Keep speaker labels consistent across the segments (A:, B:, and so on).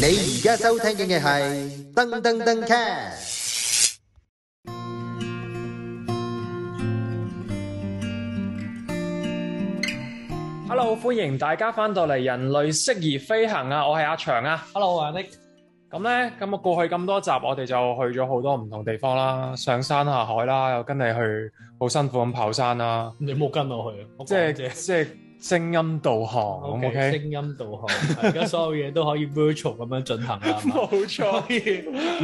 A: 你而家收聽嘅係噔噔噔 cast。
B: Hello，歡迎大家翻到嚟《人類適宜飛行》啊！我係阿長啊。
C: Hello，我係 Nick。
B: 咁咧，咁我啊過去咁多集，我哋就去咗好多唔同地方啦，上山下海啦，又跟你去好辛苦咁跑山啦，
C: 你冇跟我去啊？我
B: 即
C: 講
B: 係
C: 啫
B: 即係聲音導航咁
C: OK，
B: OK。
C: 聲音導航，而家所有嘢都可以 virtual 咁樣進行啦，係 嘛
B: 冇錯，
C: 可以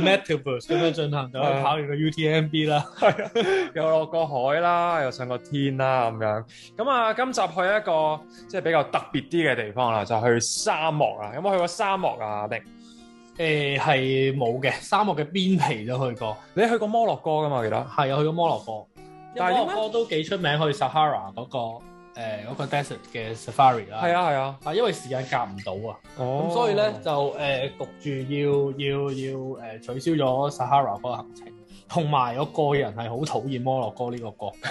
C: metaverse 咁樣進行，就
B: 啊
C: 可以跑完個 UTMB 啦。
B: 又落過海啦，又上過天啦咁樣。咁啊，今集去一個即係比較特別啲嘅地方啦，就去沙漠啊。有冇去過沙漠啊？定
C: 誒係冇嘅，沙漠嘅邊皮都去過，
B: 你去過摩洛哥噶嘛？我記得
C: 係啊，去過摩洛哥。因
B: 但
C: 為
B: 係
C: 摩
B: 點解啊
C: 洛哥都幾出名，去 Sahara 嗰個誒嗰個 desert 嘅 safari 啦。
B: 係，啊係啊。
C: 但因為時間夾唔到啊，
B: 哦
C: 咁所以咧就誒焗住要要要誒取消咗 Sahara 嗰個行程。同埋我個人係好討厭摩洛哥呢個國家。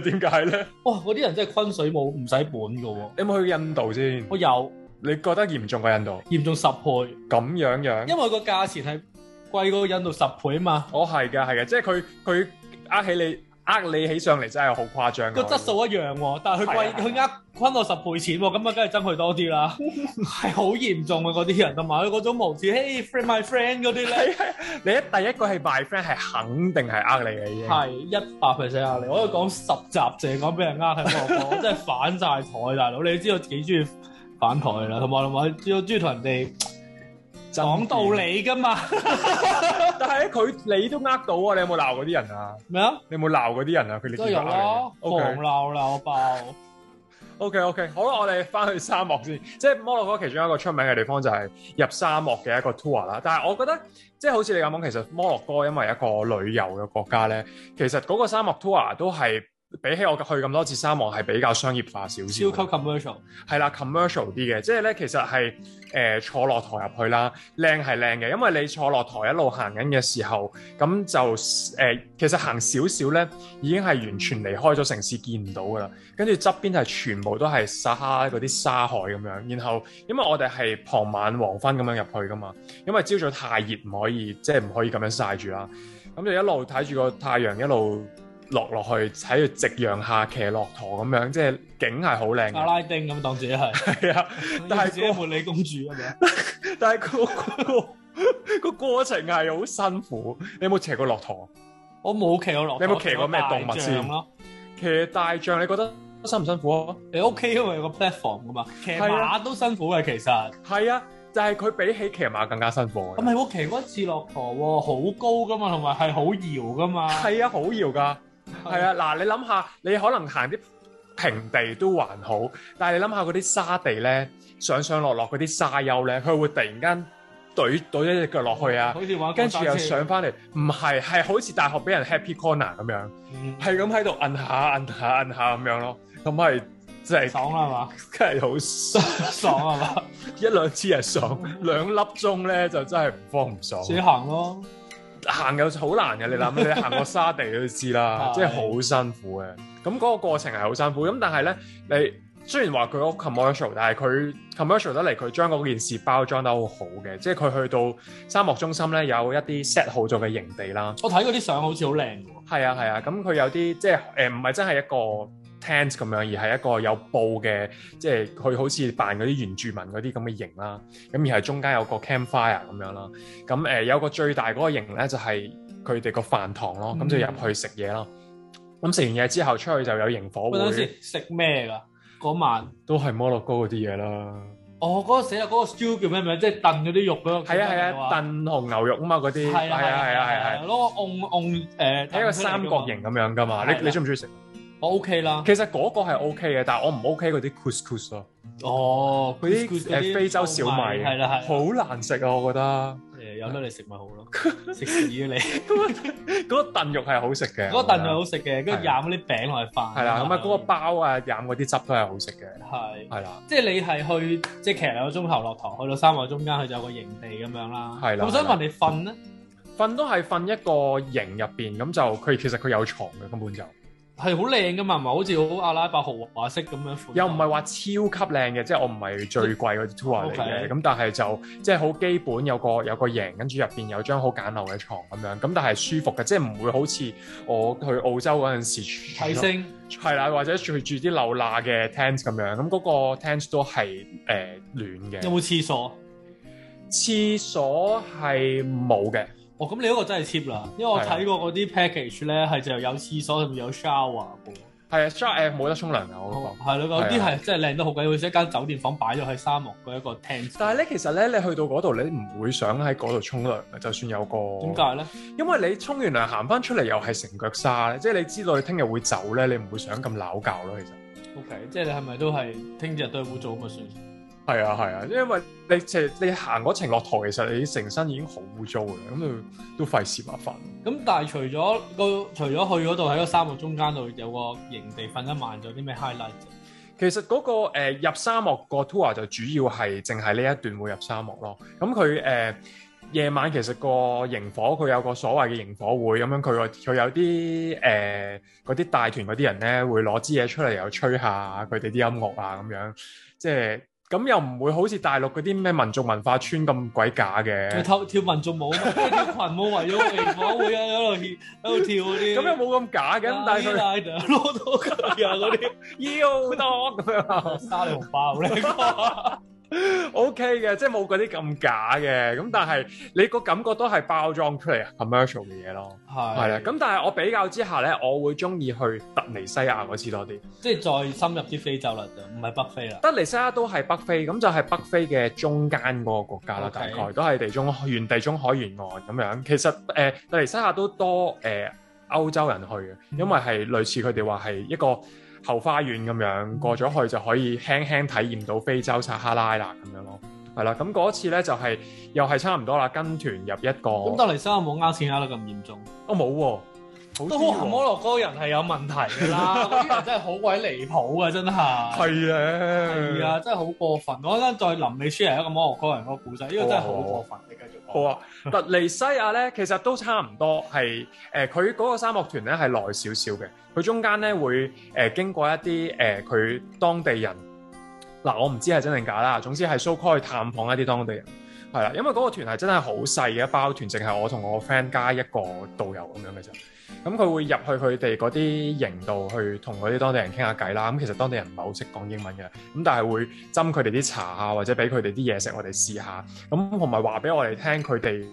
B: 點解咧？
C: 哇！嗰啲人真係昆水冇唔使本嘅喎，
B: 你有冇去印度先？
C: 我有
B: 你覺得嚴重過印度
C: 嚴重十倍，
B: 咁樣樣？
C: 因為個價錢係貴過印度十倍啊嘛，
B: 我係㗎，係㗎，即係佢佢呃起你，呃你起上嚟真係好誇張㗎。
C: 個質素一樣喎，但
B: 係
C: 係佢
B: 啊
C: 貴佢呃昆我十倍錢喎，咁啊梗係爭佢多 啲啦，係好嚴重啊嗰啲人，同埋佢嗰種無視，hey friend my friend 嗰啲咧，
B: 你一第一個係 my friend 係肯定係呃你嘅已經。
C: 係一百 percent 壓力，我可以講十集淨係講俾人呃喺摩洛哥，我真係反晒台大佬，你知道幾中意反台啦，同埋同埋中意同人哋
B: 真
C: 講道理㗎嘛，
B: 嘅，但係咧佢你都呃到啊！你有冇鬧嗰啲人啊？
C: 咩啊？
B: 你有冇鬧嗰啲人啊？佢哋
C: 都有啦，狂
B: OK
C: 鬧鬧爆。
B: OK OK，好啦，我哋翻去沙漠先。即係摩洛哥其中一個出名嘅地方就係入沙漠嘅一個 tour 啦。但係我覺得即係好似你咁講，其實摩洛哥因為一個旅遊嘅國家咧，其實嗰個沙漠 tour 都係比起我去咁多次沙漠係比較商業化少少
C: 超
B: 嘅。
C: 級 commercial，
B: 係啦，commercial 啲嘅，即係咧其實係誒、呃坐落台入去啦，靚係靚嘅，因為你坐落台一路行緊嘅時候，咁就誒、呃其實行少少咧，已經係完全離開咗城市見唔到噶啦。跟住側邊係全部都係撒哈拉嗰啲沙海咁樣，然後因為我哋係傍晚黃昏咁樣入去噶嘛，因為朝早太熱唔可以，即係唔可以咁樣曬住啦。咁就一路睇住個太陽一路落落去，喺度夕陽下騎駱駝咁樣，即係景係好靚
C: 阿
B: 嘅，
C: 啊拉丁咁當自己係，
B: 係啊。但係
C: 但係自己係茉莉公主咁樣，
B: 但係個個 個過程係好辛苦。你有冇騎過駱駝？
C: 我冇騎過落，
B: 你有冇騎過咩動物先
C: 我騎過大象咯？
B: 騎大象你覺得辛唔辛苦啊？
C: 你屋企因為有個 platform 噶嘛，騎
B: 係啊
C: 馬都辛苦嘅其實。
B: 係啊，就係佢比起騎馬更加辛苦
C: 咁
B: 嘅。
C: 係我騎過一次駱駝喎，好高噶嘛，同埋係好搖噶嘛。
B: 係啊，好搖㗎。係啊，嗱，你諗下，你可能行啲平地都還好，但係你諗下嗰啲沙地咧，上上落落嗰啲沙丘咧，佢會突然間懟懟一隻腳落去啊！
C: 好似玩
B: 跟住又
C: 過山車
B: 上翻嚟，唔係係好似大學俾人 happy corner 咁樣，
C: 嗯
B: 係咁喺度摁下摁下摁下咁樣咯，咁係即係
C: 爽啦嘛，
B: 真係好 爽， 啊
C: 爽係嘛，
B: 一兩次係爽，兩粒鐘咧就真係唔慌唔爽
C: 自。己行咯。
B: 行又好難嘅，你諗下，你行過沙地你都知啦，
C: 係
B: 即係好辛苦嘅。咁嗰個過程係好辛苦，咁但係咧，你雖然話佢嗰個 commercial，但係佢 commercial 得嚟，佢將嗰件事包裝得好好嘅，即係佢去到沙漠中心咧，有一啲 set 好咗嘅營地啦。
C: 我睇嗰啲相好似好靚喎，
B: 係啊係啊，咁佢有啲即係誒唔係真係一個 tent 咁樣，而係一個有布嘅，即係佢好似扮嗰啲原住民嗰啲咁嘅營啦。咁而係中間有個 campfire 咁樣啦。咁誒、呃有個最大嗰個營咧就係佢哋個飯堂咯，咁、
C: 嗯
B: 就入去食嘢咯。咁食完嘢之後出去就有營火
C: 喂等陣
B: 會，
C: 先食咩㗎？嗰晚，
B: 都係摩洛哥嗰啲嘢啦。
C: 哦嗰個死啦，嗰個 stew 叫咩名？即係燉嗰啲肉嗰個。
B: 係啊係啊，燉紅牛肉啊嘛嗰啲，係
C: 係
B: 啊
C: 啦
B: 係啊係啊
C: 係，攞個甕甕誒，
B: 係一個三角形，咁樣噶嘛。
C: 係啦
B: 你你中唔中意食？
C: 我哦 OK 啦。
B: 其實嗰個係 OK 嘅，但係我唔 OK 嗰啲 couscous 咯。
C: 哦，
B: 嗰啲誒非洲小米
C: 係啦係啦，
B: 好難食啊！我覺得
C: 誒有得你食咪好咯，食屎啊你！
B: 嗰個燉肉啊係好食嘅，
C: 嗰個燉係好食嘅，跟住蘸嗰啲餅落去飯。
B: 係啦，咁啊嗰個包啊、飲嗰啲汁都係好食嘅，
C: 係，
B: 係啦，
C: 即係你係去即係騎兩個鐘頭落堂，去到三個中間，佢就有個營地咁樣啦。
B: 係啦
C: 我想問你瞓咧，
B: 瞓都係瞓一個營入邊，咁就佢其實佢有床嘅根本就
C: 係好靚噶嘛，唔係好似好阿拉伯豪華式咁樣款。
B: 又唔係話超級靚嘅，即係我唔係最貴嗰啲 tour 嚟
C: OK
B: 嘅，咁但係就即係好基本，有個有個型，跟住入邊有張好簡陋嘅床咁樣，咁但係舒服嘅，即係唔會好似我去澳洲嗰陣時
C: 提升
B: 係啦，或者住住啲漏罅嘅 tent 咁樣，咁嗰個 tent 都係誒、呃暖
C: 有
B: 嘅。
C: 冇廁所？
B: 廁所係冇嘅，
C: 哦，咁你嗰個真係 cheap 啦，因為我
B: 係啊
C: 睇過嗰啲 package 咧，係就有廁所同有 shower 嘅喎。
B: 係啊 s h o 冇得沖涼嘅我嗰個
C: 哦係咯，有
B: 係
C: 啲
B: 啊
C: 係真係靚得好緊要，好似一間酒店房擺咗喺沙漠嗰一個 tent。
B: 但係咧，其實咧，你去到嗰度，你唔會想喺嗰度沖涼嘅，就算有個
C: 點解咧？
B: 因為你沖完涼行翻出嚟又係成腳沙咧，即係你知道你聽日會走咧，你唔會想咁鬧教咯。其實
C: O、k 即係你係咪都係聽日都係會做咁嘅算？
B: 係啊係啊，因為你即係你行嗰程落台，其實你成身已經好污糟嘅，咁就都費事麻煩。
C: 咁但係除咗個除咗去嗰度喺個沙漠中間度有個營地瞓一晚，仲有啲咩 highlight？
B: 其實嗰、個、呃、入沙漠個 tour 就主要係淨係呢一段會入沙漠咯。咁佢誒夜晚其實個營火佢有個所謂嘅營火會咁樣，佢個佢有啲誒嗰啲大團嗰啲人咧會攞支嘢出嚟又吹下佢哋啲音樂啊咁樣，即係咁又唔會好似大陸嗰啲咩民族文化村咁鬼假嘅。
C: 佢跳跳民族舞 啊嘛，跟住跳群舞圍咗個營火會啊，喺度跳喺度跳
B: 咁
C: 嗰啲。
B: 又冇咁假嘅，咁但係佢
C: 拉拉攞到佢啊嗰啲
B: 要多咁樣。
C: 沙你紅包咧，
B: O K 嘅，即係冇嗰啲咁假嘅，咁但係你個感覺都係包裝出嚟啊 commercial 嘅嘢咯，係
C: 係
B: 啦。咁但係我比較之下咧，我會中意去突尼西亞嗰次多啲。
C: 即係再深入啲非洲啦，就唔係北非啦。
B: 突尼西亞都係北非，咁就係北非嘅中間嗰個國家啦
C: OK
B: 大概都係地中沿地中海沿岸咁樣。其實誒、呃、突尼西亞都多誒、呃、歐洲人去嘅，
C: 嗯
B: 因為係類似佢哋話係一個後花園咁
C: 嗯
B: 樣，過咗去就可以輕輕體驗到非洲撒哈拉啦咁樣咯。係啦，咁嗰次咧就係、又係差唔多啦，跟團入一個，
C: 咁突尼西亞冇呃錢呃得咁嚴重，
B: 我冇喎，好
C: 都
B: 啲喎
C: 摩洛哥人係有問題㗎啦，嗰啲人真係好鬼離譜啊，真係。
B: 係啊，
C: 係啊，真係好過分！我一陣再臨尾 share 一個摩洛哥人嗰個故仔，呢個真係好過分。你繼續
B: 好
C: 講。
B: 啊，突尼西亞咧，其實都差唔多係誒，佢、嗰個沙漠團咧係耐少少嘅，佢中間咧會誒、呃、經過一啲誒佢當地人嗱，我唔知係真定假啦，總之係 so call 去探訪一啲當地人係啦，因為嗰個團係真係好細嘅一包團，淨係我同我 friend 加一個導遊咁樣嘅啫。咁佢會入去佢哋嗰啲營度去同嗰啲當地人傾下偈啦。咁其實當地人唔係好識講英文嘅，咁但係會斟佢哋啲茶啊，或者俾佢哋啲嘢食我哋試下。咁同埋話俾我哋聽，佢哋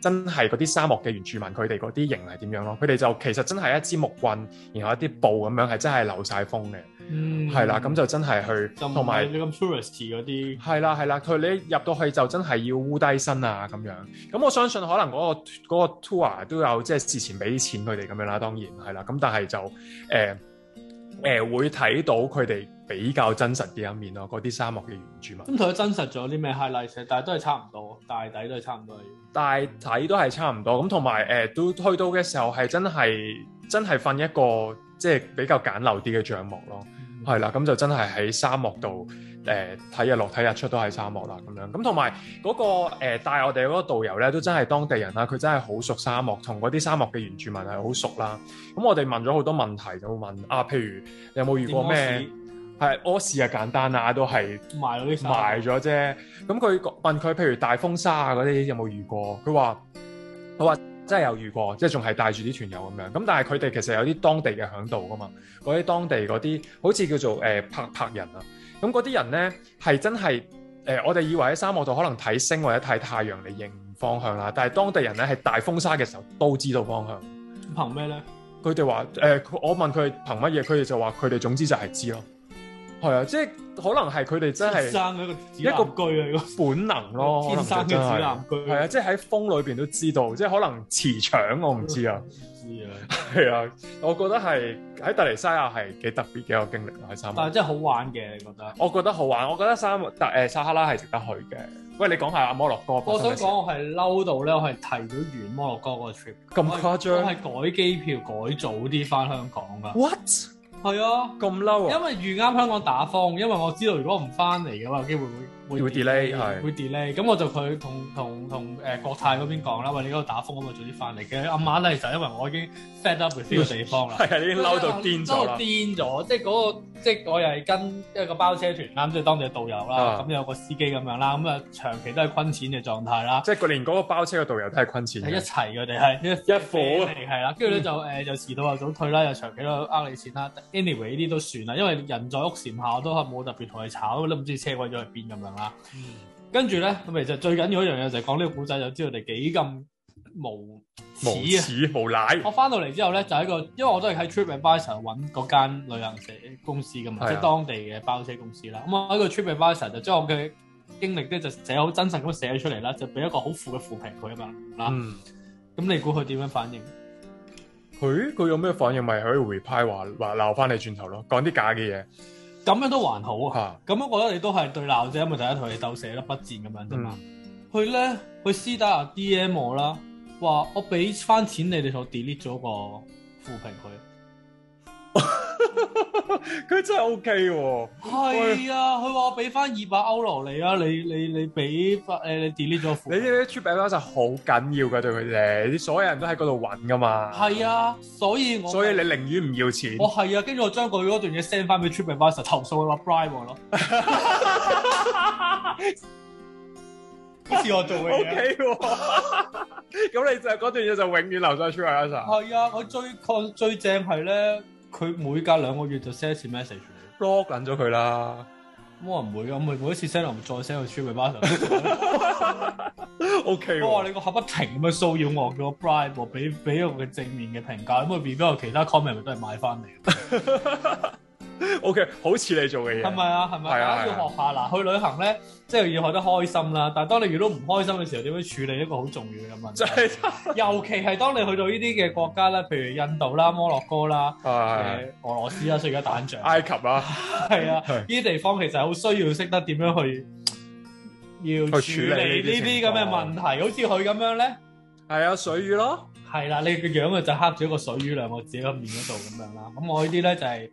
B: 真係嗰啲沙漠嘅原住民，佢哋嗰啲營係點樣咯？佢哋就其實真係一支木棍，然後一啲布咁樣，係真係漏晒風嘅，
C: 嗯
B: 係啦、咁就真係去
C: 就
B: 同
C: 同埋
B: 埋。
C: 你咁 tourist 嗰啲，
B: 係啦係啦，佢你入到去就真係要烏低身啊咁樣。咁我相信可能嗰、個嗰個 tour 啊都有即係事前俾啲錢佢哋咁樣啦，當然係啦。咁但係就誒誒、呃呃、會睇到佢哋比較真實嘅一面咯，嗰啲沙漠嘅原住民。
C: 咁同佢真實咗啲咩 highlight 咧？但係都係差唔多，大抵都係差唔多嘅。
B: 大體都係差唔多，咁同埋誒都去到嘅時候係真係真係瞓一個即係比較簡陋啲嘅帳幕咯，係啦，咁就真係喺沙漠度誒睇日落睇日出都喺沙漠啦咁樣，咁同埋嗰個誒帶我哋嗰個導遊咧都真係當地人啦，佢真係好熟沙漠，同嗰啲沙漠嘅原住民係好熟啦。咁我哋問咗好多問題，就問啊，譬如你有冇遇過咩？係屙屎啊簡單啊，都係。
C: 賣嗰啲衫
B: 埋咗啫。咁佢問佢，譬如大風沙啊嗰啲有冇遇過？佢話佢話真係有遇過，即係仲係帶住啲團友咁樣。咁但係佢哋其實有啲當地嘅響度噶嘛，嗰啲當地嗰啲好似叫做誒、呃、拍拍人啊。咁嗰啲人咧係真係誒、呃我哋以為喺沙漠度可能睇星或者睇太陽嚟認方向啦，但係當地人咧係大風沙嘅時候都知道方向。
C: 憑咩咧？
B: 佢哋話誒，佢我問佢哋憑乜嘢，佢哋就話佢哋總之就係知咯。係啊，即係可能係佢哋真係。
C: 生一個指南居啊！如果
B: 本能咯，
C: 天生嘅指南居
B: 係啊，即係喺風裏邊都知道，即係可能磁場我唔知啊，
C: 知啊，
B: 係啊，我覺得係喺突尼西亞係幾特別嘅一個經歷啊喺沙
C: 但係
B: 漠。
C: 真係好玩嘅，你覺得？
B: 我覺得好玩，我覺得沙漠特誒撒哈拉係值得去嘅。喂，你講下阿摩洛哥
C: 我
B: 發生
C: 想
B: 咩事，
C: 講，我係嬲到咧，我係提早完摩洛哥嗰個 trip。
B: 咁誇張
C: 我係改機票改早啲翻香港㗎。
B: what
C: 係啊。
B: 咁嬲啊！
C: 因為預啱香港打風，因為我知道如果唔翻嚟嘅話，有機會會
B: 會 delay，係
C: 會 delay。咁我就佢同同同誒國泰嗰邊講啦，喂，你嗰度打風，咁我早啲翻嚟嘅。暗晚咧，其實因為我已經 fed up with 呢個地方啦。
B: 係啊，已經嬲到癲咗啦
C: 嬲到，癲咗，即係嗰、個即係我又係跟一個包車團啦，咁即係當地嘅導遊啦，
B: 啊
C: 咁、有個司機咁樣啦，咁啊長期都係坤錢嘅狀態啦，
B: 即係佢連嗰個包車嘅導遊都係坤錢
C: 係一啊
B: 嘅，
C: 齊佢哋係一
B: 啊一伙啊
C: 嚟係啦，跟 住咧就誒又遲到啊又早退啦，又長期都呃你錢啦。anyway 呢啲都算啦，因為人在屋檐下都係冇特別同你炒，都唔知車位咗去邊咁樣啦。
B: 嗯
C: 跟住咧，咁其實最緊要一樣嘢就係講呢個古仔，就知道你幾咁無
B: 無
C: 恥啊！
B: 恥無賴，
C: 我翻到嚟之後咧，就喺個，因為我都係喺 TripAdvisor 揾嗰間旅行社公司噶嘛，
B: 係啊
C: 即係當地嘅包車公司啦。咁我喺個 TripAdvisor 就將我嘅經歷咧就寫好真實咁寫咗出嚟啦，就俾一個好負嘅負評佢啊嘛。嗱，
B: 嗯。
C: 咁你估佢點樣反應？
B: 佢佢有咩反應咪喺度 reply 話話鬧翻你轉頭咯，講啲假嘅嘢
C: 咁樣都還好啊。
B: 嚇，
C: 咁樣我覺得你都係對鬧啫，因為第一同你鬥寫啦，筆戰咁樣啫嘛
B: 嗯。
C: 佢咧，佢私底下 DM 我啦，話我俾翻錢你哋，我 delete 咗個負評佢。
B: 佢真係 OK 喎，
C: 係啊，佢話我俾翻二百歐羅你啊，你你你俾翻誒你 delete 咗副
B: 你呢啲 trip advisor 好緊要㗎對佢哋，啲所有人都喺嗰度揾㗎嘛，
C: 係啊，所以我
B: 所以你寧願唔要錢，
C: 我係啊，跟住我將佢嗰段嘢 send 翻俾 TripAdvisor 投訴佢話 bribe 我咯，好似我做嘅
B: O
C: 嘢。
B: K 喎， 咁你就嗰段嘢就永遠留咗出嚟啦，Sir。
C: 係啊，我最抗最正係咧，佢每隔兩個月就 send 一次 message 你
B: block 撚咗佢啦。
C: 咁我唔會噶，我每每一次 send 我唔再 send 去 TripAdvisor。
B: O K
C: 我話
B: 喎，
C: 哦你個客不停咁樣騷擾我，叫我 bribe 我，俾俾我嘅正面嘅評價，咁佢 review 我其他 comment 咪都係買翻嚟。
B: o K，好似你做嘅嘢。
C: 係咪啊？係咪
B: 係
C: 啊？
B: 啊
C: 大家
B: 係啊
C: 要學下嗱，去旅行咧，即係要學得開心啦。但係當你遇到唔開心嘅時候，點樣處理一個好重要嘅問題
B: 就？係
C: 尤其係當你去到呢啲嘅國家啦，譬如印度啦、摩洛哥啦、
B: 係
C: 誒俄羅斯啦，所以而家打緊仗，
B: 埃及啦，
C: 係啊，
B: 係
C: 呢啲地方其實好需要識得點樣去要處
B: 去處理
C: 理呢
B: 呢啲
C: 啲
B: 情況
C: 咁嘅問題，好似佢咁樣咧。
B: 係啊，水魚咯，
C: 係啦，你個樣啊就刻咗個水魚兩個字喺個面嗰度咁樣啦。咁我呢啲咧就係、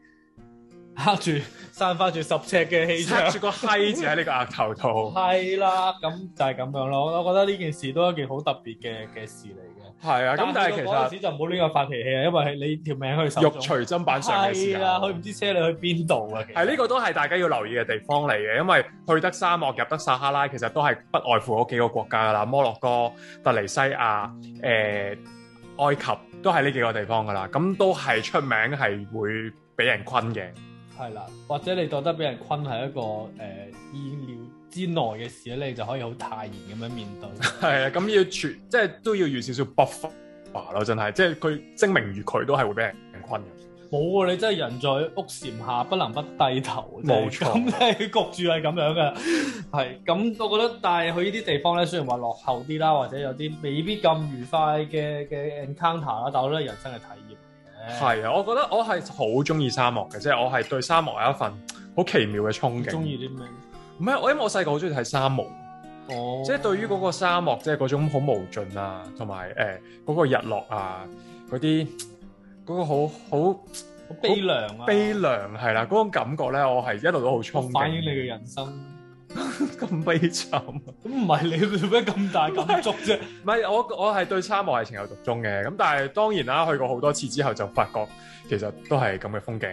C: 刻住散發住啊十尺嘅氣 場
B: 插。住個閪字喺你個額頭 度。
C: 係啦，咁就係咁樣咯。我覺得呢件事都係一件好特別嘅嘅事嚟嘅。
B: 係啊，咁但係
C: 去
B: 其
C: 到嗰陣
B: 實
C: 時就唔好亂咁發脾氣啊，因為你條命去手
B: 肉
C: 中。
B: 隨砧板上嘅啊時
C: 係
B: 間。
C: 啦，佢唔知車你去邊度啊。其實
B: 係呢個都係大家要留意嘅地方嚟嘅，因為去得沙漠入得撒哈拉，其實都係不外乎嗰幾個國家噶啦，摩洛哥、突尼西亞、誒、埃及都係呢幾個地方噶啦，咁都係出名係會俾人困嘅，
C: 係啦，或者你覺得俾人困係一個誒、呃意料之內嘅事咧，你就可以好泰然咁樣面對。
B: 係啊，咁要全即係都要預少少 buffer 咯，真係，即係佢精明如佢都係會俾人困嘅。
C: 冇啊！你真係人在屋檐下，不能不低頭。真
B: 冇
C: 係
B: 錯
C: 咁你係焗住係咁樣嘅。係咁，我覺得但係去呢啲地方咧，雖然話落後啲啦，或者有啲未必咁愉快嘅嘅 encounter 啦，但我覺得人生嘅體驗嚟嘅。
B: 係啊，我覺得我係好中意沙漠嘅，即係我係對沙漠有一份好奇妙嘅憧
C: 中
B: 憬。
C: 意啲咩？
B: 唔係，我因為我細個好中意睇沙漠。
C: 哦，
B: 即係對於嗰個沙漠，即係嗰種好無盡啊，同埋誒嗰個日落啊，嗰啲嗰個好好
C: 好悲涼啊，
B: 悲涼係啦，嗰種感覺咧，我係一路都好憧憬。
C: 反映你 嘅人生。
B: 咁悲慘，唔
C: 咁唔係你做咩咁大感觸啫？
B: 係我我係對沙漠係情有獨鍾嘅，咁但係當然啦，去過好多次之後就發覺其實都係咁嘅風景，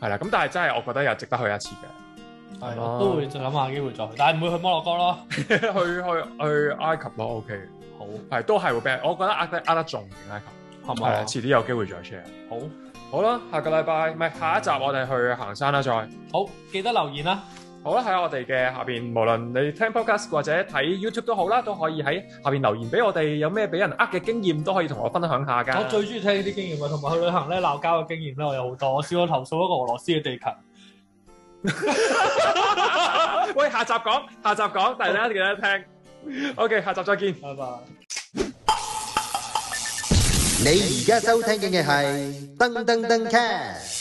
B: 係啦，咁但係真係我覺得又值得去一次嘅。
C: 係咯，都會再諗下機會再去，但係唔會去摩洛哥咯。
B: 去去去埃及咯，OK，
C: 好，
B: 係都係會俾人，我覺得呃得呃得中嘅埃及，
C: 係
B: 係啦，
C: 咪？
B: 遲啲有機會再 share。
C: 好，
B: 好啦，下個禮拜唔係下一集，我哋去行山啦，再
C: 好，記得留言啦。
B: 好啦，喺我哋嘅下邊，無論你聽 podcast 或者睇 YouTube 都好啦，都可以喺下邊留言俾我哋，有咩俾人呃嘅經驗都可以同我分享下噶。
C: 我最中意聽呢啲經驗啊，同埋去旅行咧鬧交嘅經驗咧，我有好多。我試過投訴一個俄羅斯嘅地勤，
B: 喂，下集講，下集講，大家記得聽。OK，下集再見。
C: 拜拜。
A: 你而家收聽嘅係噔噔噔 cast。